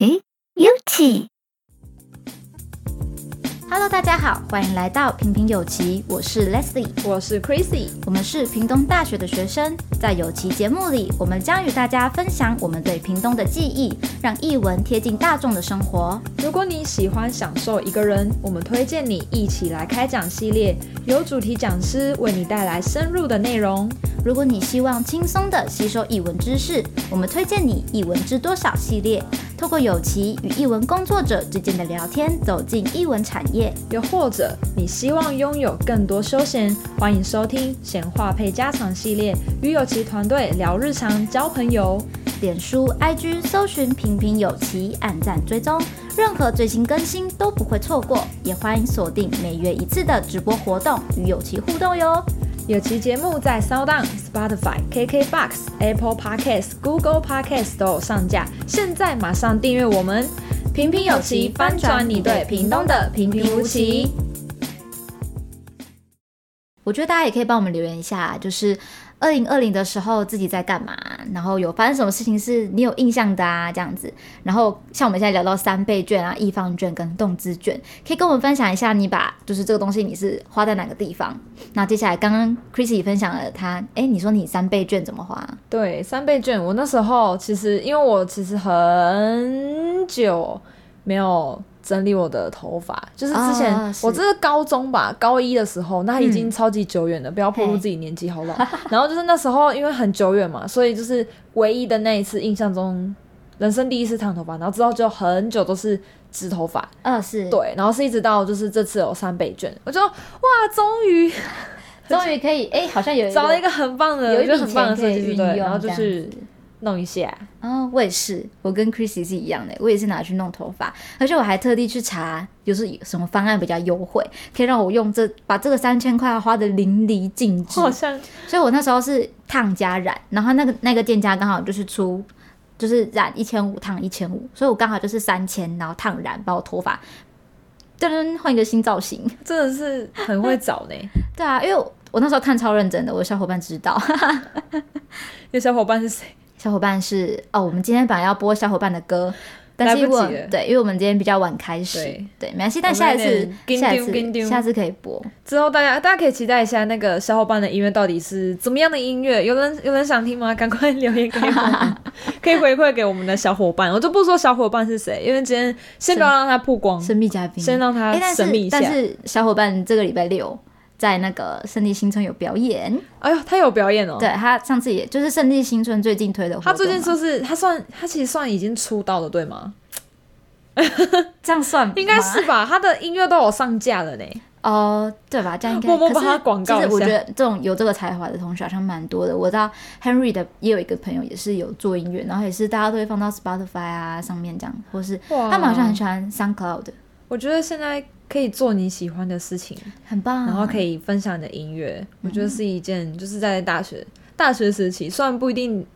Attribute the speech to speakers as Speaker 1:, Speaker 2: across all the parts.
Speaker 1: 诶，Uchi，
Speaker 2: Hello，大家好，欢迎来到平平有奇，我是 Leslie，
Speaker 3: 我是 Crazy，
Speaker 2: 我们是屏东大学的学生。在有奇节目里，我们将与大家分享我们对屏东的记忆，让译文贴近大众的生活。
Speaker 3: 如果你喜欢享受一个人，我们推荐你一起来开讲系列，由主题讲师为你带来深入的内容。
Speaker 2: 如果你希望轻松地吸收译文知识，我们推荐你《译文知多少》系列，透过有奇与译文工作者之间的聊天，走进译文产业。
Speaker 3: 又或者你希望拥有更多休闲，欢迎收听《闲话配家常》系列，与有其团队聊日常、交朋友。
Speaker 2: 脸书、IG 搜寻“平平有奇”，按赞追踪，任何最新更新都不会错过。也欢迎锁定每月一次的直播活动，与有奇互动哟。
Speaker 3: 有其节目在 Sound On、Spotify、KKBox、Apple Podcasts、Google Podcasts 都有上架，现在马上订阅我们。平平有奇，翻转你对屏东的平平无奇。
Speaker 2: 我觉得大家也可以帮我们留言一下，就是二零二零的时候自己在干嘛，然后有发生什么事情是你有印象的啊，这样子。然后像我们现在聊到三倍券啊、易方券跟动资券，可以跟我们分享一下你把就是这个东西你是花在哪个地方。那接下来刚刚 Chrissy 分享了他，哎、你说你三倍券怎么花？
Speaker 3: 对，三倍券，我那时候其实因为我其实很久没有整理我的头发，就是之前、
Speaker 2: 啊是
Speaker 3: 我这是高中吧，高一的时候，那已经
Speaker 2: 嗯
Speaker 3: 超级久远了，不要暴露
Speaker 2: 嘿
Speaker 3: 自己年纪好不好？然后就是那时候因为很久远嘛，所以就是唯一的那一次印象中。人生第一次烫头发，然后之后就很久都是直头发，
Speaker 2: 二呃是，
Speaker 3: 对，然后是一直到就是这次有三倍券，我就哇，终于
Speaker 2: 终于可以，哎、好像有
Speaker 3: 找了一个很棒的，
Speaker 2: 有
Speaker 3: 我
Speaker 2: 一
Speaker 3: 觉得
Speaker 2: 笔
Speaker 3: 很棒
Speaker 2: 钱可
Speaker 3: 的设
Speaker 2: 以
Speaker 3: 计师，
Speaker 2: 运
Speaker 3: 对，
Speaker 2: 用，
Speaker 3: 然后就
Speaker 2: 这样
Speaker 3: 是
Speaker 2: 子
Speaker 3: 弄一下，
Speaker 2: 哦，我也是，我跟 Chrissy 是一样的，我也是拿去弄头发，而且我还特地去查，就是有什么方案比较优惠，可以让我用这把这个三千块花的淋漓尽致。
Speaker 3: 好像
Speaker 2: 所以我那时候是烫加染，然后那个那个店家刚好就是出。就是染一千五，烫一千五，所以我刚好就是三千，然后烫染，把我头发，噔噔换一个新造型。
Speaker 3: 真的是很会找呢。
Speaker 2: 对啊，因为我我那时候看超认真的，我的小伙伴知道，
Speaker 3: 那小伙伴是谁？
Speaker 2: 小伙伴是哦，我们今天本来要播小伙伴的歌，但是因为
Speaker 3: 来不及了
Speaker 2: 对，因为我们今天比较晚开始，
Speaker 3: 对
Speaker 2: 没关系，但下一
Speaker 3: 我们有
Speaker 2: 次
Speaker 3: 点紧张
Speaker 2: 下一
Speaker 3: 紧
Speaker 2: 次
Speaker 3: 张
Speaker 2: 下次可以播，
Speaker 3: 之后大家大家可以期待一下那个小伙伴的音乐到底是怎么样的音乐？有人有人想听吗？赶快留言给 我们，可以回馈给我们的小伙伴。我就不说小伙伴是谁，因为今天先不要让他曝光，
Speaker 2: 神秘嘉宾。
Speaker 3: 先让他
Speaker 2: 哎，但
Speaker 3: 神秘
Speaker 2: 是
Speaker 3: 一下
Speaker 2: 但。是小伙伴这个礼拜六在那个胜利新村有表演，
Speaker 3: 哎呦，他有表演哦。
Speaker 2: 对他上次也就是胜利新村最近推的活动嘛，
Speaker 3: 他最近说是他算他其实算已经出道了，对吗？
Speaker 2: 这样算吗
Speaker 3: 应该是吧，他的音乐都有上架了呢。
Speaker 2: 哦，对吧？这样应该
Speaker 3: 默默
Speaker 2: 可是
Speaker 3: 帮他广告
Speaker 2: 其实
Speaker 3: 一
Speaker 2: 我觉
Speaker 3: 下
Speaker 2: 得这种有这个才华的同学好像蛮多的。我知道 Henry 的也有一个朋友也是有做音乐，然后也是大家都会放到 Spotify 啊上面这样，或是
Speaker 3: 哇
Speaker 2: 他们好像很喜欢 SoundCloud，
Speaker 3: 我觉得现在可以做你喜欢的事情，
Speaker 2: 很棒。
Speaker 3: 然后可以分享你的音乐，我
Speaker 2: 嗯
Speaker 3: 觉得是一件就是在大学大学时期，虽然不一定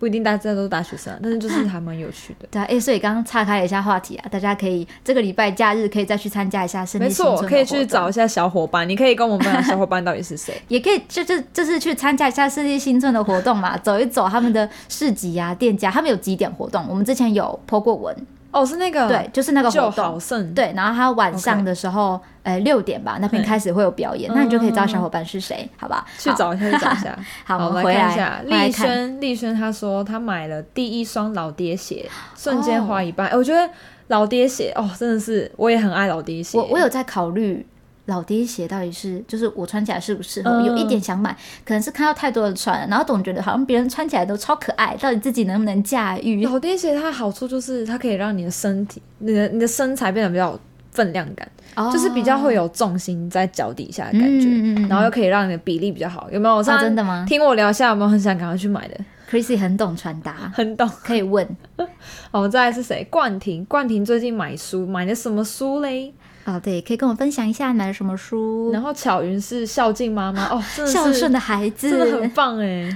Speaker 3: 不一定大家都是大学生啊，但是就是还蛮
Speaker 2: 。
Speaker 3: 有趣的
Speaker 2: 对啊，哎、所以刚刚岔开了一下话题啊，大家可以这个礼拜假日可以再去参加一下生
Speaker 3: 没
Speaker 2: 日新春
Speaker 3: 错，
Speaker 2: 的
Speaker 3: 可以去
Speaker 2: 活动。
Speaker 3: 找一下小伙伴，你可以跟我们分享小伙伴到底是谁
Speaker 2: 也可以就就就是去参加一下世界新村的活动嘛，走一走他们的市集啊、店家，他们有几点活动，我们之前有 po 过文，
Speaker 3: 哦，是那个
Speaker 2: 对，就是那个活
Speaker 3: 就
Speaker 2: 动
Speaker 3: 好，胜，
Speaker 2: 对，然后他晚
Speaker 3: 嗯 OK
Speaker 2: 上的时候，呃，六点吧，那边
Speaker 3: 对嗯
Speaker 2: 开始会有表演，那你就可以知道小伙伴是谁，好吧？
Speaker 3: 去
Speaker 2: 好。
Speaker 3: 找一下，去找 一下。
Speaker 2: 好，我
Speaker 3: 我
Speaker 2: 们
Speaker 3: 们
Speaker 2: 回
Speaker 3: 看
Speaker 2: 来
Speaker 3: 一下
Speaker 2: 回来
Speaker 3: 丽
Speaker 2: 看
Speaker 3: 轩，丽轩她说她买了第一双老爹鞋，瞬
Speaker 2: 哦
Speaker 3: 间花一半。哎我觉得老爹鞋哦，真的是我也很爱老爹鞋。
Speaker 2: 我我有在考虑老爹鞋到底是，就是我穿起来适不适合，
Speaker 3: 嗯
Speaker 2: 有一点想买，可能是看到太多人穿了，然后总觉得好像别人穿起来都超可爱，到底自己能不能驾驭？
Speaker 3: 老爹鞋它的好处就是它可以让你的身体、你的你的身材变得比较有分量感，
Speaker 2: 哦
Speaker 3: 就是比较会有重心在脚底下的感觉，
Speaker 2: 嗯嗯嗯嗯啊
Speaker 3: 然后又可以让你的比例比较好，有没有？我上次
Speaker 2: 真的吗
Speaker 3: 听我聊一下，有没有很想赶快去买的？
Speaker 2: Chrissy 很懂穿搭，
Speaker 3: 很懂。
Speaker 2: 可以问
Speaker 3: 好，我们再来是谁？冠廷，冠廷最近买书，买的什么书嘞？
Speaker 2: 哦，对，可以跟我分享一下你买了什么书
Speaker 3: 然，后巧云是孝敬妈妈，哦，真的
Speaker 2: 孝
Speaker 3: 是
Speaker 2: 顺的孩子，
Speaker 3: 真的很棒哎。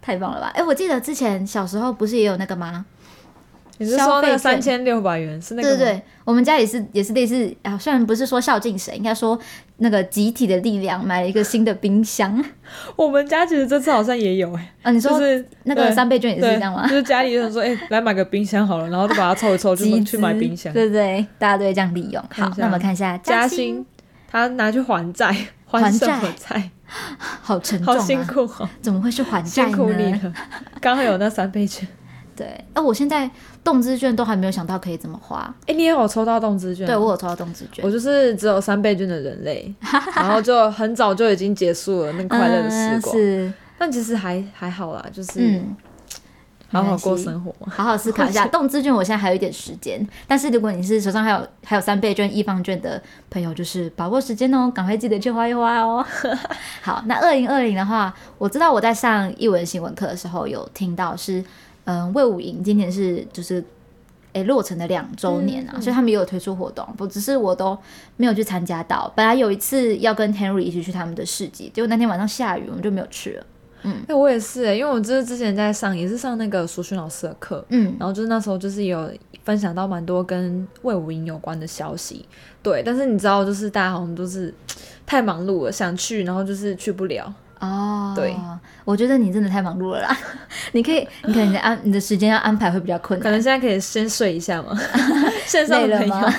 Speaker 2: 太棒了吧！哎、我记得之前小时候不是也有那个吗？
Speaker 3: 你是说那个三千六百元是那个
Speaker 2: 对
Speaker 3: 吗
Speaker 2: 对对，我们家也是也是类似啊，虽然不是说孝敬谁，应该说那个集体的力量买了一个新的冰箱。
Speaker 3: 我们家其实这次好像也有哎、
Speaker 2: 啊，你
Speaker 3: 就
Speaker 2: 说
Speaker 3: 是
Speaker 2: 那个
Speaker 3: 对
Speaker 2: 三倍券也是
Speaker 3: 对
Speaker 2: 这样吗
Speaker 3: 就是家里人说，哎、来买个冰箱好了，然后就把它凑一凑，就
Speaker 2: 集
Speaker 3: 去买
Speaker 2: 资
Speaker 3: 冰箱。
Speaker 2: 对对，大家都会这样利用。
Speaker 3: 看一
Speaker 2: 好，
Speaker 3: 下
Speaker 2: 那我们看一下
Speaker 3: 嘉
Speaker 2: 兴
Speaker 3: 兴，， 他拿去还债，还
Speaker 2: 还
Speaker 3: 什
Speaker 2: 债
Speaker 3: 么债？
Speaker 2: 好沉重
Speaker 3: 好辛
Speaker 2: 啊！
Speaker 3: 苦哦，
Speaker 2: 怎么会是还债
Speaker 3: 辛苦你
Speaker 2: 呢？
Speaker 3: 了。刚好有那三倍券，
Speaker 2: 对，哎、我现在动资券都还没有想到可以怎么花。
Speaker 3: 哎、你也有抽到动资券？
Speaker 2: 对我有抽到动资券
Speaker 3: 嗯我，就是只有三倍券的人 类，然后就很早就已经结束了那个快乐的时光。
Speaker 2: 嗯是，
Speaker 3: 但其实还还好啦，就是
Speaker 2: 嗯，
Speaker 3: 好好
Speaker 2: 没关系
Speaker 3: 过生活嘛。
Speaker 2: 好好思考一下。动资券我现在还有一点时间，但是如果你是手上还有还有三倍券、一方券的朋友，就是把握时间哦，赶快记得去花一花哦。 好，那二零二零的话，我知道我在上译文新闻课的时候有听到是，嗯，魏武营今年是就是。诶，落成的两周年啊，所以他们也有推出活动，不只是我都没有去参加到。本来有一次要跟 Henry 一起去他们的市集，结果那天晚上下雨，我们就没有去了。
Speaker 3: 哎、我也是、欸，因为我就是之前在上，也是上那个淑勋老师的课，
Speaker 2: 嗯，
Speaker 3: 然后就是那时候就是有分享到蛮多跟魏无影有关的消息，对。但是你知道，就是大家好像都是太忙碌了，想去然后就是去不了。
Speaker 2: 哦，
Speaker 3: 对，
Speaker 2: 我觉得你真的太忙碌了啦， 你可以，你可能安你的时间要安排会比较困
Speaker 3: 可
Speaker 2: 难，
Speaker 3: 能现在可以先睡一下嘛， 线上
Speaker 2: 累
Speaker 3: 的
Speaker 2: 了
Speaker 3: 朋
Speaker 2: 吗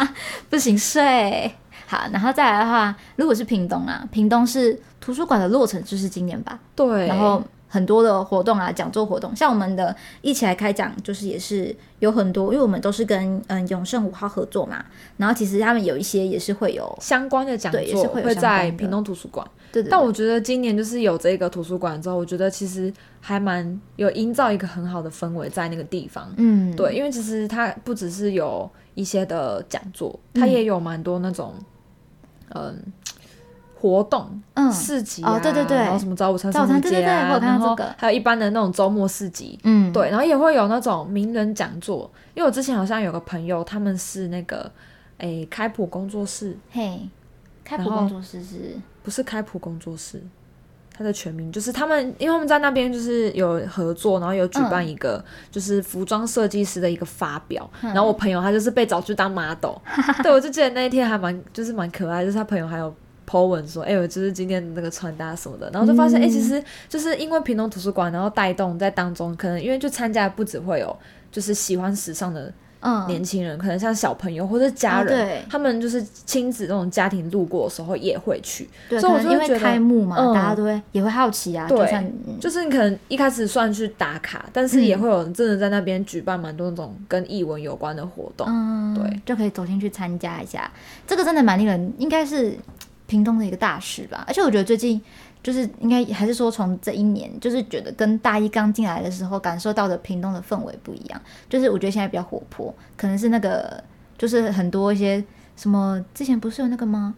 Speaker 3: 友。？
Speaker 2: 不行，睡。好，然后再来的话，如果是屏东啊，屏东是图书馆的落成就是今年吧，
Speaker 3: 对，
Speaker 2: 然后很多的活动啊，讲座活动，像我们的一起来开讲，就是也是有很多，因为我们都是跟嗯永盛五号合作嘛，然后其实他们有一些也是会有，
Speaker 3: 相关的讲
Speaker 2: 对也
Speaker 3: 座
Speaker 2: 是会有相关
Speaker 3: 在
Speaker 2: 的
Speaker 3: 屏东图书馆。
Speaker 2: 对对对
Speaker 3: 但我觉得今年就是有这个图书馆之后，我觉得其实还蛮有营造一个很好的氛围在那个地方。
Speaker 2: 嗯，
Speaker 3: 对，因为其实它不只是有一些的讲座，它
Speaker 2: 嗯
Speaker 3: 也有蛮多那种，嗯。活动、
Speaker 2: 嗯
Speaker 3: 市集啊，
Speaker 2: 哦对对对
Speaker 3: 然后什么早午餐
Speaker 2: 早午
Speaker 3: 生
Speaker 2: 餐
Speaker 3: 日
Speaker 2: 对对
Speaker 3: 节啊
Speaker 2: 对我有看到
Speaker 3: 然后
Speaker 2: 这个
Speaker 3: 还有一般的那种周末市集，
Speaker 2: 嗯，
Speaker 3: 对，然后也会有那种名人讲座，因为我之前好像有个朋友，他们是那个诶开普工作室，
Speaker 2: 嘿，开普
Speaker 3: 然后
Speaker 2: 工作室是
Speaker 3: 不是开普工作室，它的全名就是他们，因为他们在那边就是有合作，然后有举办一
Speaker 2: 嗯
Speaker 3: 个就是服装设计师的一个发表，然后我朋友他就是被找去当 model，对我就记得那一天还蛮就是蛮可爱，就是他朋友还有。po 文说，哎、我就是今天的那个穿搭什么的，然后就发现，
Speaker 2: 嗯
Speaker 3: 哎、其实就是因为屏东图书馆，然后带动在当中，可能因为就参加不只会有就是喜欢时尚的
Speaker 2: 嗯
Speaker 3: 年轻人，可能像小朋友或者家人，
Speaker 2: 哦对
Speaker 3: 他们就是亲子这种家庭路过的时候也会去，
Speaker 2: 对，
Speaker 3: 所以我
Speaker 2: 可
Speaker 3: 就
Speaker 2: 能
Speaker 3: 会
Speaker 2: 因
Speaker 3: 觉
Speaker 2: 为
Speaker 3: 得
Speaker 2: 开幕嘛，
Speaker 3: 嗯
Speaker 2: 大家都会也会好奇啊，
Speaker 3: 对
Speaker 2: 就算嗯
Speaker 3: 就是你可能一开始算去打卡，但是也会有人真的在那边举办蛮多那种跟译文有关的活动。
Speaker 2: 嗯，
Speaker 3: 对，
Speaker 2: 就可以走进去参加一下，这个真的蛮令人，应该是屏东的一个大事吧。而且我觉得最近就是应该还是说从这一年，就是觉得跟大一刚进来的时候感受到的屏东的氛围不一样，就是我觉得现在比较活泼，可能是那个就是很多一些什么之前不是有那个吗？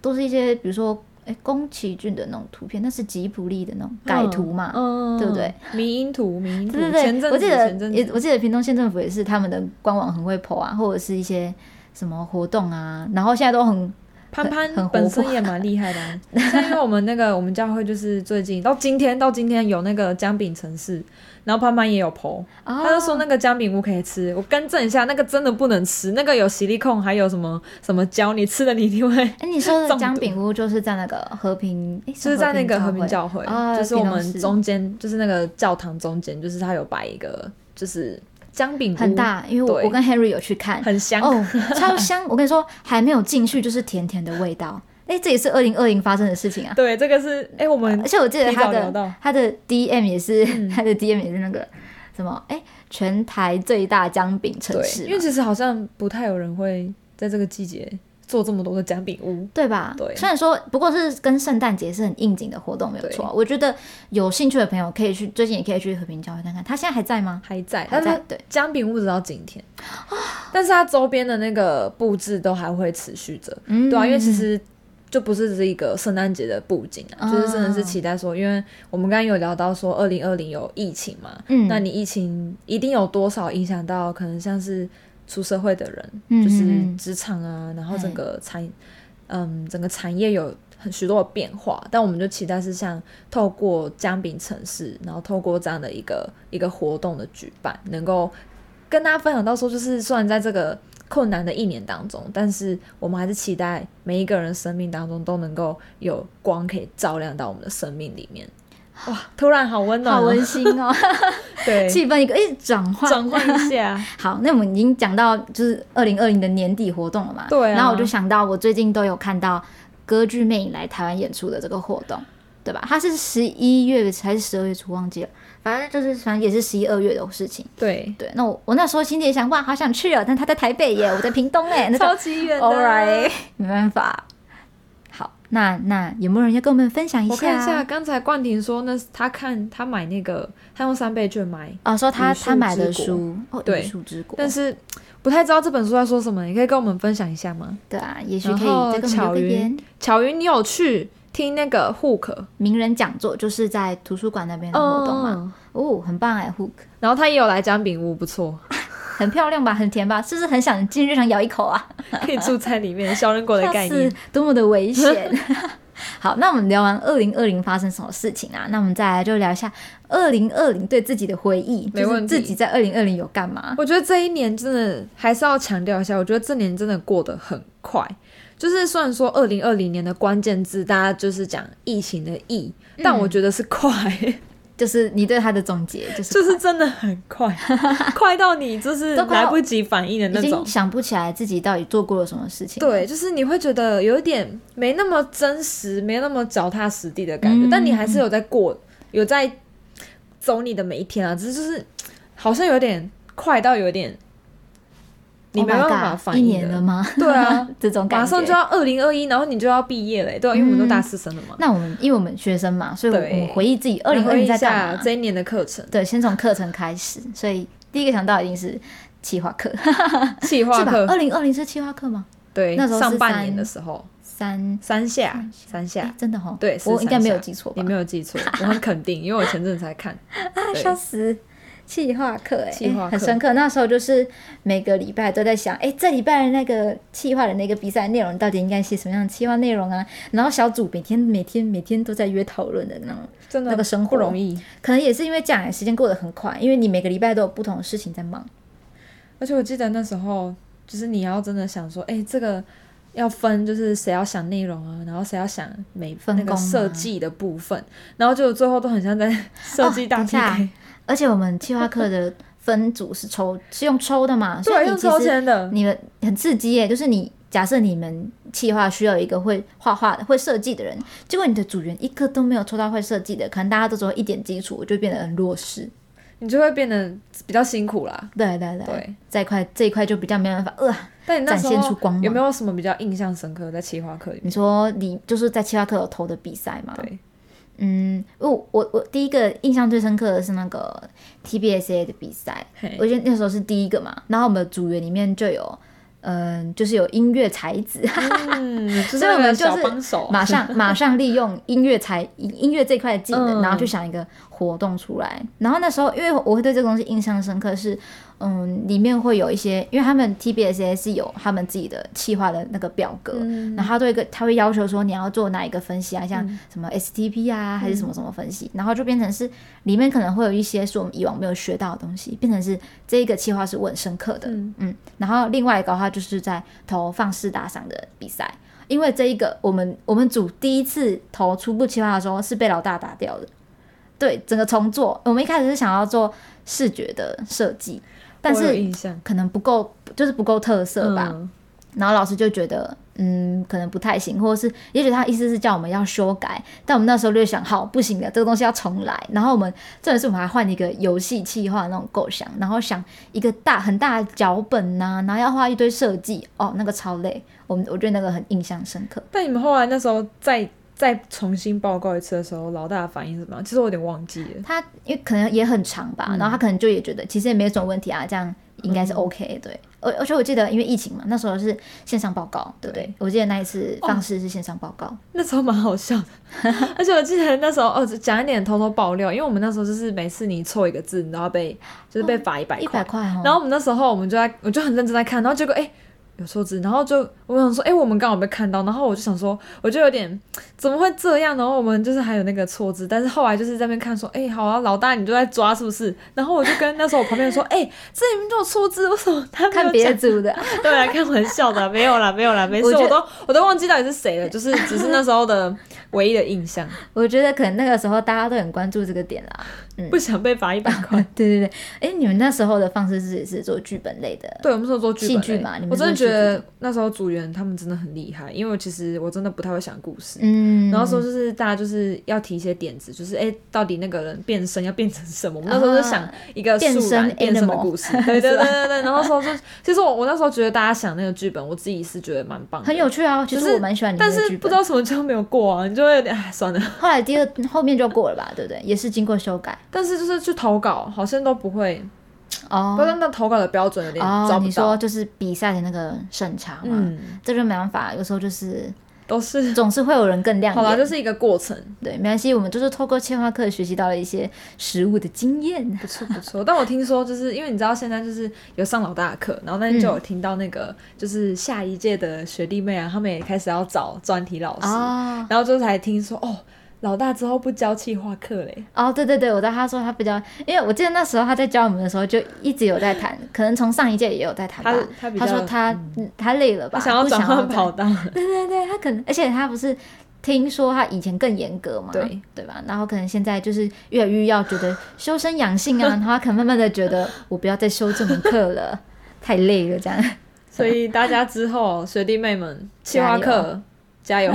Speaker 2: 都是一些比如说哎宫崎骏的那种图片，那是吉卜力的那种改图嘛，
Speaker 3: 嗯
Speaker 2: 对不对？
Speaker 3: 迷因图，迷因图，
Speaker 2: 对
Speaker 3: 前
Speaker 2: 对对，
Speaker 3: 阵
Speaker 2: 我
Speaker 3: 子
Speaker 2: 记
Speaker 3: 前
Speaker 2: 得
Speaker 3: 阵
Speaker 2: 也
Speaker 3: 子
Speaker 2: 我记得屏东县政府也是他们的官网很会 PO 啊，或者是一些什么活动啊，然后现在都很
Speaker 3: 潘
Speaker 2: 很
Speaker 3: 潘
Speaker 2: 活泼
Speaker 3: 本身也蛮厉害的、 啊，像因为我们那个我们教会就是最近到今天到今天有那个姜饼城市，然后潘潘也有 PO，、
Speaker 2: 哦
Speaker 3: 他就说那个姜饼不可以吃，我更正一下，那个真的不能吃，那个有洗力控，还有什么什么胶，你吃了你一定会。
Speaker 2: 哎，你说的
Speaker 3: 中毒
Speaker 2: 姜饼屋就是在那个和平，哎诶
Speaker 3: 就是在那个和平教会，
Speaker 2: 啊，
Speaker 3: 就是我们
Speaker 2: 屏东市
Speaker 3: 中间，就是那个教堂中间，就是它有摆一个，就是姜饼屋
Speaker 2: 很，大，因为我
Speaker 3: 对
Speaker 2: 我跟 Henry 有去看，
Speaker 3: 很香。
Speaker 2: 哦，超香！我跟你说，还没有进去就是甜甜的味道。哎，这也是二零二零发生的事情啊。
Speaker 3: 对，这个是哎、我们
Speaker 2: 而且我记得
Speaker 3: 提
Speaker 2: 他
Speaker 3: 早聊
Speaker 2: 的
Speaker 3: 到
Speaker 2: 他的 DM 也是、
Speaker 3: 嗯
Speaker 2: 他的 DM 也是那个什么哎，全台最大姜饼城市
Speaker 3: 对，
Speaker 2: 嘛，
Speaker 3: 因为其实好像不太有人会在这个季节做这么多的姜饼屋。
Speaker 2: 对吧？
Speaker 3: 对
Speaker 2: 虽然说不过是跟圣诞节是很应景的活动，没有错。我觉得有兴趣的朋友可以去，最近也可以去和平教会看看。他现在还在吗？
Speaker 3: 还在，
Speaker 2: 还
Speaker 3: 但
Speaker 2: 在
Speaker 3: 是
Speaker 2: 对
Speaker 3: 姜饼屋直到今天，但是它周边的那个布置都还会持续着，
Speaker 2: 嗯
Speaker 3: 对啊，因为其实就不是只是一个圣诞节的布景啊，
Speaker 2: 嗯
Speaker 3: 就是真的是期待说，因为我们刚刚有聊到说，二零二零有疫情嘛，
Speaker 2: 嗯
Speaker 3: 那你疫情一定有多少影响到可能像是出社会的人，
Speaker 2: 嗯
Speaker 3: 就是
Speaker 2: 嗯嗯
Speaker 3: 职场啊，然后整个产，嗯，整个产业有。很许多的变化，但我们就期待是像透过姜饼城市，然后透过这样的一个一个活动的举办，能够跟大家分享到说，就是虽然在这个困难的一年当中，但是我们还是期待每一个人生命当中都能够有光可以照亮到我们的生命里 面。哇，突然好温暖、哦，
Speaker 2: 好 温馨哦，
Speaker 3: 对，
Speaker 2: 气氛一个一转换，
Speaker 3: 转换一 下。
Speaker 2: 好，那我们已经讲到就是二零二零的年底活动了嘛，
Speaker 3: 对啊
Speaker 2: 然后我就想到我最近都有看到歌剧魅影来台湾演出的这个活动，对吧？它是十一月还是十二月初忘记了，反正就是反正也是十一二月的事情。
Speaker 3: 对，
Speaker 2: 对，那我我那时候心里也想，哇，好想去哦，但他在台北耶，我在屏东 哎，那就
Speaker 3: 超级远的。
Speaker 2: All right，没 办法。好，那那有没有人要跟我们分享一下？
Speaker 3: 我看一下，刚才冠廷说那是他看他买那个，他用三倍券买，
Speaker 2: 哦，说他
Speaker 3: 无数
Speaker 2: 他买的
Speaker 3: 之国
Speaker 2: 书哦，
Speaker 3: 对
Speaker 2: 艺术之国，
Speaker 3: 但是不太知道这本书在说什么，你可以跟我们分享一下吗？
Speaker 2: 对啊，也许
Speaker 3: 然
Speaker 2: 可以
Speaker 3: 后
Speaker 2: 再跟我
Speaker 3: 巧
Speaker 2: 们留个
Speaker 3: 云
Speaker 2: 言。
Speaker 3: 巧云，你有去听那个 Hook
Speaker 2: 名人讲座就是在图书馆那边的活动嘛，
Speaker 3: 嗯，
Speaker 2: 哦，很棒哎，Hook，
Speaker 3: 然后他也有来姜饼屋，不错，
Speaker 2: 很漂亮吧，很甜吧，是不是很想进日常咬一口啊？
Speaker 3: 可以住在里面，小人国 的概
Speaker 2: 是
Speaker 3: 念。
Speaker 2: 多么的危 险。 好，那我们聊完二零二零发生什么事情啊？那我们再来就聊一下二零二零对自己的回忆，
Speaker 3: 没
Speaker 2: 就是
Speaker 3: 问题
Speaker 2: 自己在二零二零有干嘛？
Speaker 3: 我觉得这一年真的还是要强调一下，我觉得这年真的过得很快。就是虽然说二零二零年的关键字大家就是讲疫情的疫，
Speaker 2: 嗯
Speaker 3: 但我觉得是快，
Speaker 2: 就是你对他的总结，就是
Speaker 3: 就是真的很快，快到你就是
Speaker 2: 都快
Speaker 3: 来
Speaker 2: 要
Speaker 3: 不及反应的
Speaker 2: 已
Speaker 3: 那种
Speaker 2: 经。想不起来自己到底做过了什么事情。
Speaker 3: 对，就是你会觉得有一点没那么真实，没那么脚踏实地的感觉，
Speaker 2: 嗯
Speaker 3: 但你还是有在过，有在走你的每一天啊，只是就是好像有点快到有点你
Speaker 2: Oh
Speaker 3: 没
Speaker 2: my
Speaker 3: 办
Speaker 2: god，
Speaker 3: 法反
Speaker 2: 一
Speaker 3: 应
Speaker 2: 年了吗？
Speaker 3: 对啊，
Speaker 2: 这种感觉。嗯
Speaker 3: 马上就要二零二一，然后你就要毕业嘞、对啊、因为我们都大四生了嘛。
Speaker 2: 那我们因为我们学生嘛，所以我
Speaker 3: 对
Speaker 2: 我们回忆自己二零二
Speaker 3: 回
Speaker 2: 零
Speaker 3: 忆一
Speaker 2: 在干
Speaker 3: 下
Speaker 2: 嘛。
Speaker 3: 这一年的课程，
Speaker 2: 对，先从课程开始，所以第一个想到一定是企划课， 是
Speaker 3: 企划
Speaker 2: 吧？
Speaker 3: 课，
Speaker 2: 二零二零是企划课吗？
Speaker 3: 对，
Speaker 2: 那时候是
Speaker 3: 上半
Speaker 2: 三
Speaker 3: 年的时候，
Speaker 2: 三
Speaker 3: 三下，三
Speaker 2: 诶
Speaker 3: 下，
Speaker 2: 真的哈，
Speaker 3: 对，是
Speaker 2: 我应该
Speaker 3: 三
Speaker 2: 没有
Speaker 3: 下
Speaker 2: 记错吧
Speaker 3: 你？没有记错，我很肯定，因为我前阵子才 看。
Speaker 2: 啊
Speaker 3: 对
Speaker 2: 笑死！企划课哎、
Speaker 3: 企
Speaker 2: 诶
Speaker 3: 划课
Speaker 2: 很深刻。那时候就是每个礼拜都在想，哎、这礼拜的那个企划的那个比赛内容到底应该写什么样的企划内容啊？然后小组每天每天每天都在约讨论的那种，
Speaker 3: 真的
Speaker 2: 那个生活
Speaker 3: 不容易。
Speaker 2: 可能也是因为这样，时间过得很快，因为你每个礼拜都有不同的事情在忙。
Speaker 3: 而且我记得那时候，就是你要真的想说，哎、这个要分，就是谁要想内容啊，然后谁要想每
Speaker 2: 分
Speaker 3: 那
Speaker 2: 工
Speaker 3: 个
Speaker 2: 啊
Speaker 3: 设计的部分，然后就最后都很像 在设计大
Speaker 2: 等一下
Speaker 3: PK，、
Speaker 2: 而且我们企划课的分组是抽， 是用抽的嘛？所
Speaker 3: 对，
Speaker 2: 以你
Speaker 3: 用
Speaker 2: 其
Speaker 3: 抽
Speaker 2: 实
Speaker 3: 签的，
Speaker 2: 你们很刺激耶！就是你假设你们企划需要一个会画画的、会设计的人，结果你的组员一个都没有抽到会设计的，可能大家都只有一点基础，我就变得很弱势。
Speaker 3: 你就会变得比较辛苦啦。
Speaker 2: 对对对，
Speaker 3: 对，
Speaker 2: 这一块这一块就比较没办法。呃，
Speaker 3: 但你那时
Speaker 2: 展现出
Speaker 3: 候
Speaker 2: 光芒
Speaker 3: 有没有什么比较印象深刻的在企划课里面？
Speaker 2: 你说你就是在企划课有投的比赛嘛？
Speaker 3: 对，
Speaker 2: 嗯，我我我第一个印象最深刻的是那个 TBSA 的比赛，
Speaker 3: 嘿
Speaker 2: 我记得那时候是第一个嘛，然后我们的组员里面就有，嗯、就是有音乐才子，
Speaker 3: 嗯，就是
Speaker 2: 所以我
Speaker 3: 那
Speaker 2: 们
Speaker 3: 个
Speaker 2: 就
Speaker 3: 小
Speaker 2: 是
Speaker 3: 帮手，
Speaker 2: 马上马上利用音乐才音音乐这块的技能，
Speaker 3: 嗯
Speaker 2: 然后去想一个活动出来。然后那时候，因为我会对这个东西印象深刻是，嗯，里面会有一些，因为他们 TBSA 是有他们自己的企划的那个表格，
Speaker 3: 嗯
Speaker 2: 然后他对一个他会要求说你要做哪一个分析啊，像什么 STP 啊，
Speaker 3: 嗯
Speaker 2: 还是什么什么分析，然后就变成是里面可能会有一些是我们以往没有学到的东西，变成是这一个企划是我很深刻的，
Speaker 3: 嗯
Speaker 2: 嗯，然后另外一个的话就是在投放式打赏的比赛。因为这一个，我们我们组第一次投初步企划的时候是被老大打掉的，对，整个重做。我们一开始是想要做视觉的设计，但
Speaker 3: 我有
Speaker 2: 是
Speaker 3: 印象
Speaker 2: 可能不够，就是不够特色吧。
Speaker 3: 嗯
Speaker 2: 然后老师就觉得，嗯，可能不太行，或者是也许他意思是叫我们要修改，但我们那时候就想，好，不行的，这个东西要重来。然后我们重点是我们还换一个游戏企划那种构想，然后想一个大很大的脚本呐、然后要画一堆设计，哦，那个超累，我们我对那个很印象深刻。
Speaker 3: 但你们后来那时候再再重新报告一次的时候，老大的反应是怎么样？其实我有点忘记了。
Speaker 2: 他因为可能也很长吧，然后他可能就也觉得其实也没什么问题啊，这样应该是 OK 的、对。而而且我记得因为疫情嘛，那时候是线上报告，对不对？哦
Speaker 3: 对
Speaker 2: 我记得那一次放肆是线上报告，
Speaker 3: 那时候蛮好笑的， 而且我记得那时候哦，讲一点偷偷爆料，因为我们那时候就是每次你错一个字，然后被就是被罚一百
Speaker 2: 一
Speaker 3: 块
Speaker 2: 百，块哦，
Speaker 3: 然后我们那时候我们就在我就很认真在看，然后结果哎、有抽脂，然后就我想说，哎、我们刚好被看到，然后我就想说，我就有点怎么会这样？然后我们就是还有那个错字，但是后来就是在那边看说，哎、好啊，老大你就在抓是不是？然后我就跟那时候我旁边人说，哎、这里面就有错字，为什么他没有
Speaker 2: 看别
Speaker 3: 讲
Speaker 2: 组的，
Speaker 3: 对啊，开玩笑的，没有啦，没有啦，没事，
Speaker 2: 我觉
Speaker 3: 我
Speaker 2: 得
Speaker 3: 都我都忘记到底是谁了，就是只是那时候的唯一的印象，
Speaker 2: 我觉得可能那个时候大家都很关注这个点啦。
Speaker 3: 不想被罚一百块。
Speaker 2: 对对对，哎，你们那时候的方式是也是做剧本类的，
Speaker 3: 对，我们是有做剧
Speaker 2: 戏
Speaker 3: 本
Speaker 2: 剧
Speaker 3: 类
Speaker 2: 嘛你们
Speaker 3: 我
Speaker 2: 是
Speaker 3: 真的
Speaker 2: 做
Speaker 3: 觉
Speaker 2: 戏剧
Speaker 3: 得那时候组员他们真的很厉害，因为其实我真的不太会想故事。
Speaker 2: 嗯，
Speaker 3: 然后说就是大家就是要提一些点子，就是哎、到底那个人变身要变成什么？我们那时候就想
Speaker 2: 啊
Speaker 3: 一个
Speaker 2: 变
Speaker 3: 素然
Speaker 2: 身
Speaker 3: 变身的
Speaker 2: animal
Speaker 3: 故事，对对对对对。然后说就其实我我那时候觉得大家想那个剧本，我自己是觉得蛮棒的，
Speaker 2: 很有趣啊，其
Speaker 3: 就
Speaker 2: 实
Speaker 3: 是
Speaker 2: 我蛮喜欢你们
Speaker 3: 但
Speaker 2: 的
Speaker 3: 是
Speaker 2: 剧
Speaker 3: 不
Speaker 2: 本
Speaker 3: 知。道什么就没有过啊，你就会有点哎算了。
Speaker 2: 后来第二后面就过了吧，对不对？也是经过修改
Speaker 3: 但是就是去投稿，好像都不会，
Speaker 2: 哦
Speaker 3: 不过那投稿的标准有点抓
Speaker 2: 哦，
Speaker 3: 不
Speaker 2: 你
Speaker 3: 到。
Speaker 2: 说就是比赛的那个审查嘛，
Speaker 3: 嗯，
Speaker 2: 这就没办法，有时候就是
Speaker 3: 都 是
Speaker 2: 总是会有人更亮
Speaker 3: 好
Speaker 2: 眼。
Speaker 3: 啦，就是一个过程，
Speaker 2: 对，没关系，我们就是透过切花课学习到了一些食物的经验。
Speaker 3: 不错不错。但我听说就是因为你知道现在就是有上老大的课，然后那天就有听到那
Speaker 2: 嗯
Speaker 3: 个就是下一届的学弟妹啊，他们也开始要找专题老师，
Speaker 2: 哦
Speaker 3: 然后就才听说哦，老大之后不教企划课嘞。
Speaker 2: 哦，对对对，我知道他说他比较，因为我记得那时候他在教我们的时候就一直有在谈，可能从上一届也有在谈吧
Speaker 3: 他。他比较嗯
Speaker 2: 说他、他累了吧，
Speaker 3: 他想要
Speaker 2: 啊不
Speaker 3: 转换
Speaker 2: 再
Speaker 3: 跑道，
Speaker 2: 对对对，他可能，而且他不是听说他以前更严格嘛，
Speaker 3: 对
Speaker 2: 对吧？然后可能现在就是越来越要觉得修身养性啊，然后他可能慢慢的觉得我不要再修这门课了，太累了这样。
Speaker 3: 所以大家之后学弟妹们企划 课加油！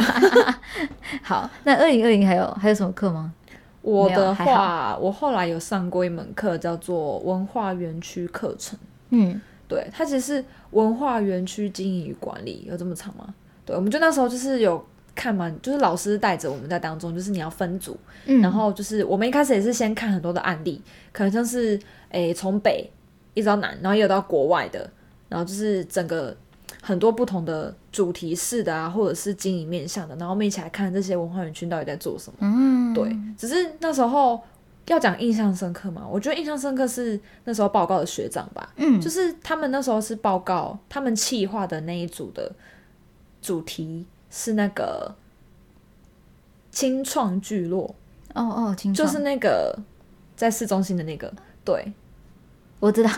Speaker 2: 好，那二零二零还有还有什么课吗？
Speaker 3: 我
Speaker 2: 没
Speaker 3: 的
Speaker 2: 有还
Speaker 3: 话，我后来有上过一门课叫做文化园区课程，
Speaker 2: 嗯，
Speaker 3: 对，它其实是文化园区经营与管理，有这么长吗？对，我们就那时候就是有看嘛，就是老师带着我们在当中，就是你要分组，
Speaker 2: 嗯
Speaker 3: 然后就是我们一开始也是先看很多的案例，可能像是诶从北一直到南，然后也有到国外的，然后就是整个很多不同的主题式的啊，或者是经营面向的，然后我们一起来看这些文化园区到底在做什么。
Speaker 2: 嗯，
Speaker 3: 对，只是那时候要讲印象深刻嘛，我觉得印象深刻是那时候报告的学长吧，
Speaker 2: 嗯，
Speaker 3: 就是是他们那时候是报告他们企划的那一组的主题是那个清创聚落，
Speaker 2: 哦哦，清
Speaker 3: 就
Speaker 2: 爽，
Speaker 3: 是那个在市中心的那个， 对，
Speaker 2: 我知道，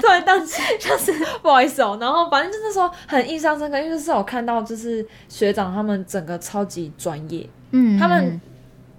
Speaker 3: 突然当时就是不好意思哦、然后反正就那时候很印象深刻，因为就是我看到就是学长他们整个超级专业，
Speaker 2: 嗯，
Speaker 3: 他们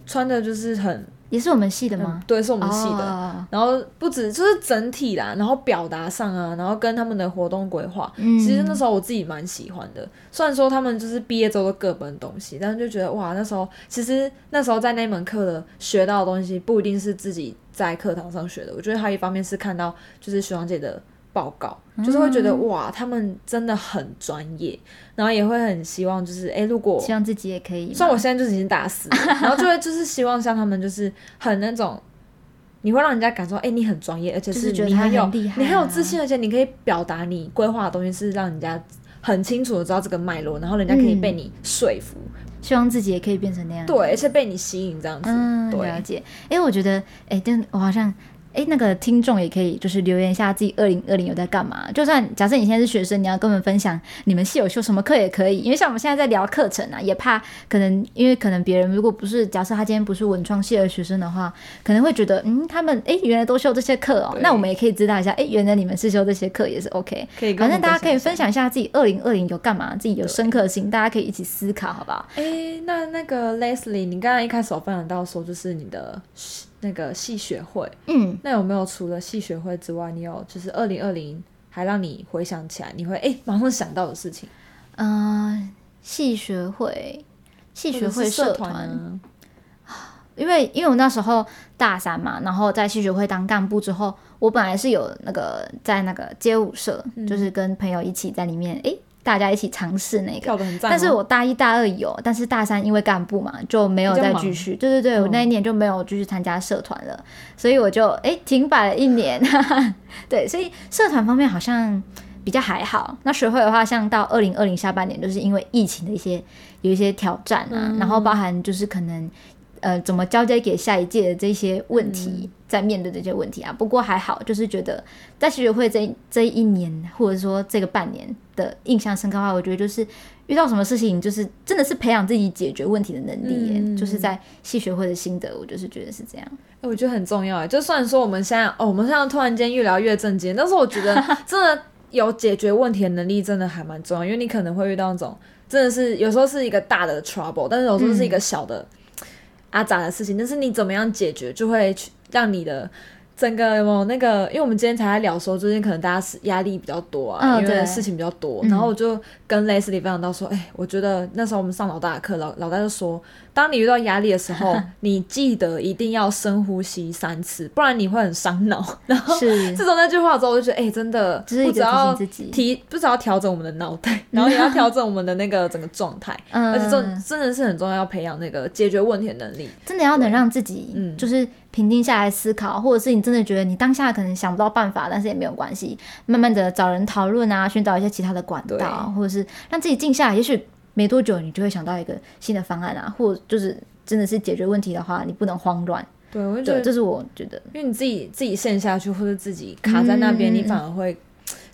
Speaker 3: 穿的就是很
Speaker 2: 也是我们系的
Speaker 3: 嗯
Speaker 2: 吗？哦
Speaker 3: 对，是我
Speaker 2: 我
Speaker 3: 们系的。
Speaker 2: 的，
Speaker 3: 然后不止就是整体啦，然后表达上啊，然后跟他们的活动规划，
Speaker 2: 嗯
Speaker 3: 其实那时候我自己蛮喜欢的。虽然说他们就是毕业之后都各奔东西，但是就觉得哇，那时候其实那时候在那门课的学到的东西，不一定是自己在课堂上学的。我觉得还有一方面是看到就是学长姐的报告，
Speaker 2: 嗯
Speaker 3: 就是会觉得、哇，他们真的很专业，然后也会很希望就是哎，如果
Speaker 2: 希望自己也可以嘛。
Speaker 3: 虽然我现在就是已经大 四了，然后就会就是希望像他们就是很那种，你会让人家感受，哎、你很专业，而且
Speaker 2: 就是觉得
Speaker 3: 你
Speaker 2: 他
Speaker 3: 很有
Speaker 2: 很厉害啊
Speaker 3: 你很有自信，而且你可以表达你规划的东西是让人家很清楚的知道这个脉络，然后人家可以
Speaker 2: 嗯
Speaker 3: 被你说服，
Speaker 2: 希望自己也可以变成那样。
Speaker 3: 对，而且被你吸引这样子，
Speaker 2: 嗯，
Speaker 3: 对
Speaker 2: 了，解。哎、我觉得，哎、但我好像，哎、那个听众也可以就是留言一下自己二零二零有在干嘛。就算假设你现在是学生，你要跟我们分享你们系有修什么课也可以，因为像我们现在在聊课程啊，也怕可能因为可能别人如果不是假设他今天不是文创系的学生的话，可能会觉得，嗯，他们哎、诶原来都修这些课哦，
Speaker 3: 对
Speaker 2: 那我们也可以知道一下，哎、原来你们是修这些课也是 OK。
Speaker 3: 可以跟
Speaker 2: 反
Speaker 3: 我
Speaker 2: 正
Speaker 3: 们
Speaker 2: 大家可以分
Speaker 3: 分享
Speaker 2: 享一下自己二零二零有干嘛，自己有深刻的心，大家可以一起思考，好不好？
Speaker 3: 哎、那那个 Leslie，你刚刚一开始有分享到说，就是你的那个系学会，
Speaker 2: 嗯，
Speaker 3: 那有没有除了系学会之外，你有就是二零二零还让你回想起来，你会哎、马上想到的事情？
Speaker 2: 嗯，戏学会、戏学会社
Speaker 3: 团啊
Speaker 2: 团，
Speaker 3: 呢？
Speaker 2: 因为因为我那时候大三嘛，然后在戏学会当干部之后，我本来是有那个在那个街舞社，就是跟朋友一起在里面，诶、大家一起尝试那个。
Speaker 3: 跳的很赞哦、
Speaker 2: 但是我大一大二有，但是大三因为干部嘛就没有
Speaker 3: 比较
Speaker 2: 再
Speaker 3: 忙嗯
Speaker 2: 继续。对对对，我那一年就没有继续参加社团了，所以我就诶停摆了一年。 对，所以社团方面好像比较还好。那学会的话，像到二零二零下半年，就是因为疫情的一些有一些挑战啊，
Speaker 3: 嗯
Speaker 2: 然后包含就是可能呃怎么交接给下一届的这些问
Speaker 3: 嗯
Speaker 2: 题，在面对这些问题啊。不过还好，就是觉得在学学会这一这一年或者说这个半年的印象深刻的话，我觉得就是遇到什么事情，就是真的是培养自己解决问题的能力耶，
Speaker 3: 嗯
Speaker 2: 就是在系学会的心得，我就是觉得是这样。
Speaker 3: 哎我觉得很重要哎，就算说我们现在哦，我们现在突然间越聊越正经，但是我觉 得真的有解决问题的能力，真的还蛮重要，因为你可能会遇到那种真的是有时候是一个大的 trouble，但是有时候是
Speaker 2: 嗯
Speaker 3: 一个小的阿杂的事情，但是你怎么样解决，就会去让你的。整个有没有那个？因为我们今天才在聊说，最近可能大家是压力比较多啊，
Speaker 2: 嗯
Speaker 3: 因为
Speaker 2: 对
Speaker 3: 事情比较多。
Speaker 2: 嗯
Speaker 3: 然后我就跟 Leslie 分享到说，哎、我觉得那时候我们上老大的课，老老大就说，当你遇到压力的 时候，你记得一定要深呼吸三次，不然你会很伤脑。 然后
Speaker 2: 是
Speaker 3: 自从那句话之后，我就觉得，哎、真的，
Speaker 2: 这是一个
Speaker 3: 不只要
Speaker 2: 提醒自己
Speaker 3: 提，不只要调整我们的脑袋，然后也要调整我们的那个整个状 态。
Speaker 2: 嗯
Speaker 3: 而且这真的是很重要，要培养那个解决问题的能力。
Speaker 2: 真的要能让自己
Speaker 3: 嗯
Speaker 2: 就是平静下来思考，或者是你真的觉得你当下可能想不到办法，但是也没有关系，慢慢的找人讨论啊，寻找一些其他的管道，
Speaker 3: 对
Speaker 2: 或者是让自己静下来，也许没多久你就会想到一个新的方案啊，或者就是真的是解决问题的话，你不能慌乱。
Speaker 3: 对，我就觉
Speaker 2: 对，
Speaker 3: 得
Speaker 2: 这是我觉得
Speaker 3: 因为你自己自己陷下去，或者自己卡在那
Speaker 2: 嗯
Speaker 3: 边，
Speaker 2: 嗯嗯
Speaker 3: 你反而会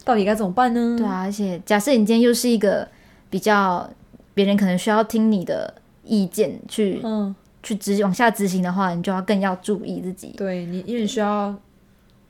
Speaker 3: 到底该怎么办呢？
Speaker 2: 对啊，而且假设你今天又是一个比较别人可能需要听你的意见去、
Speaker 3: 嗯，
Speaker 2: 去执往下执行的话，你就要更要注意自己。
Speaker 3: 对你，因为你需要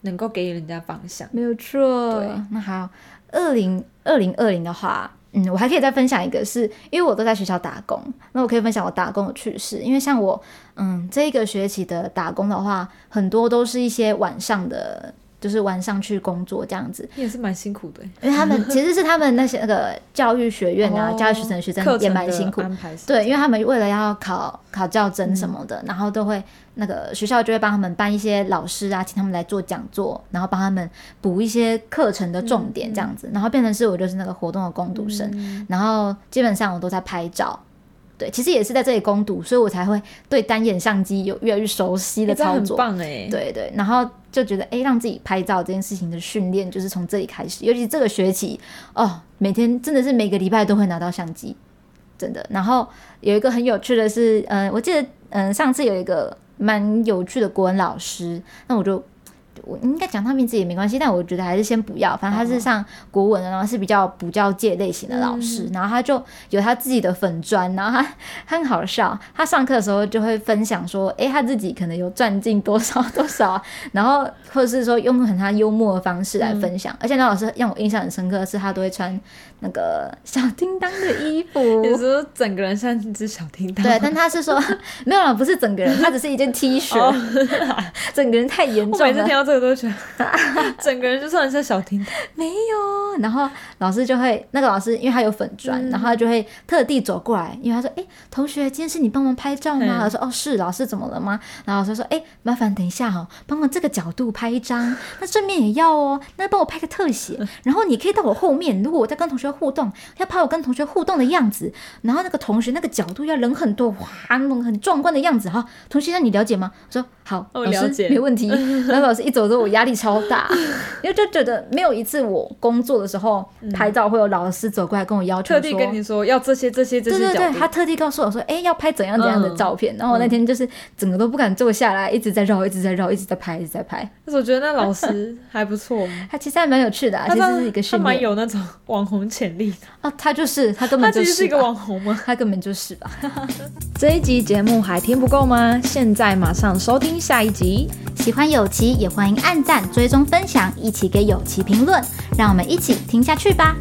Speaker 3: 能够给予人家方向。
Speaker 2: 没有错
Speaker 3: 对。
Speaker 2: 那还有二零二零二零的话，嗯，我还可以再分享一个是，因为我都在学校打工，那我可以分享我打工的趣事。因为像我，嗯，这一个学期的打工的话，很多都是一些晚上的，就是晚上去工作这样子。
Speaker 3: 你也是蛮辛苦的欸，
Speaker 2: 因为他 们其实是他们那些那个教育学院啊，
Speaker 3: 哦
Speaker 2: 教育学生的学生
Speaker 3: 课
Speaker 2: 也
Speaker 3: 程
Speaker 2: 蛮
Speaker 3: 的
Speaker 2: 辛苦，
Speaker 3: 安排是
Speaker 2: 对，因为他们为了要考考教甄什么
Speaker 3: 嗯
Speaker 2: 的，然后都会那个学校就会帮他们办一些老师啊，请他们来做讲座，然后帮他们补一些课程的重点这样
Speaker 3: 嗯
Speaker 2: 子，然后变成是我就是那个活动的攻读生，然后基本上我都在拍照。对，其实也是在这里攻读，所以我才会对单眼相机有越来越熟悉
Speaker 3: 你
Speaker 2: 的
Speaker 3: 这样
Speaker 2: 操
Speaker 3: 很
Speaker 2: 作。
Speaker 3: 棒哎，
Speaker 2: 对对，然后就觉得哎，诶让自己拍照这件事情的训练就是从这里开始，尤其这个学期哦，每天真的是每个礼拜都会拿到相机，真的。然后有一个很有趣的是，嗯、我记得嗯、呃上次有一个蛮有趣的国文老师，那我就。我应该讲他名字也没关系，但我觉得还是先不要。反正他是上国文的，然后是比较补教界类型的老师，然后他就有他自己的粉砖，然后他他很好笑，他上课的时候就会分享说，诶，他自己可能有赚进多少 多少啊，然后或者是说用很他幽默的方式来
Speaker 3: 嗯
Speaker 2: 分享。而且那老师让我印象很深刻的是，他都会穿那个小叮当的衣服，
Speaker 3: 有时候整个人像一只小叮当，
Speaker 2: 对，但他是说 没有啦，不是整个人，他只是一件 T 恤，
Speaker 3: 哦
Speaker 2: 整个人太严
Speaker 3: 我
Speaker 2: 重
Speaker 3: 每次听
Speaker 2: 了，
Speaker 3: 到这个都觉得 整个人就算是小叮当，
Speaker 2: 没有。然后老师就会，那个老师因为他有粉砖，
Speaker 3: 嗯
Speaker 2: 然后他就会特地走过来，因为他说：“哎、同学，今天是你帮忙拍照吗
Speaker 3: 嗯？”
Speaker 2: 我说：“哦，是。”老师怎么了吗？然后老师说：“哎、麻烦等一下哦，帮我这个角度拍一张，那正面也要哦，那帮我拍个特写。
Speaker 3: 嗯
Speaker 2: 然后你可以到我后面，如果我在跟同学互动，要拍我跟同学互动的样子，然后那个同学那个角度要人很多，哇，那种很壮观的样子哈。同学，那你了解吗？我说好，
Speaker 3: 哦
Speaker 2: 老
Speaker 3: 了
Speaker 2: 师
Speaker 3: 解
Speaker 2: 没 问题。然后老师一走之后，我压力超大，因为就觉得没有一次我工作的时候拍照会有老师走过来跟我要求
Speaker 3: 嗯
Speaker 2: 说，
Speaker 3: 特地跟你说要这些这些这
Speaker 2: 对
Speaker 3: 些
Speaker 2: 对
Speaker 3: 角
Speaker 2: 对，
Speaker 3: 度
Speaker 2: 他，特地告诉我说，哎、要拍怎样怎样的
Speaker 3: 嗯
Speaker 2: 照片。然后我那天就是整个都不敢坐下来，一直在绕，一直在绕，一直在拍，一直在拍。
Speaker 3: 但是我觉得那老师还不 错，
Speaker 2: 他其实还蛮有趣的、啊，
Speaker 3: 他
Speaker 2: 其
Speaker 3: 他
Speaker 2: 实是一个
Speaker 3: 他
Speaker 2: 训
Speaker 3: 蛮
Speaker 2: 练。
Speaker 3: 有那种 网红潜力的，
Speaker 2: 哦，他就是他根
Speaker 3: 他
Speaker 2: 本
Speaker 3: 其
Speaker 2: 就
Speaker 3: 实是一个
Speaker 2: 吧
Speaker 3: 网红吗？
Speaker 2: 他根本就是吧。
Speaker 3: 这一集节目还听不够吗？现在马上收听下一集。
Speaker 2: 喜欢有奇，也欢迎按赞、追踪、分享，一起给有奇评论，让我们一起听下去吧。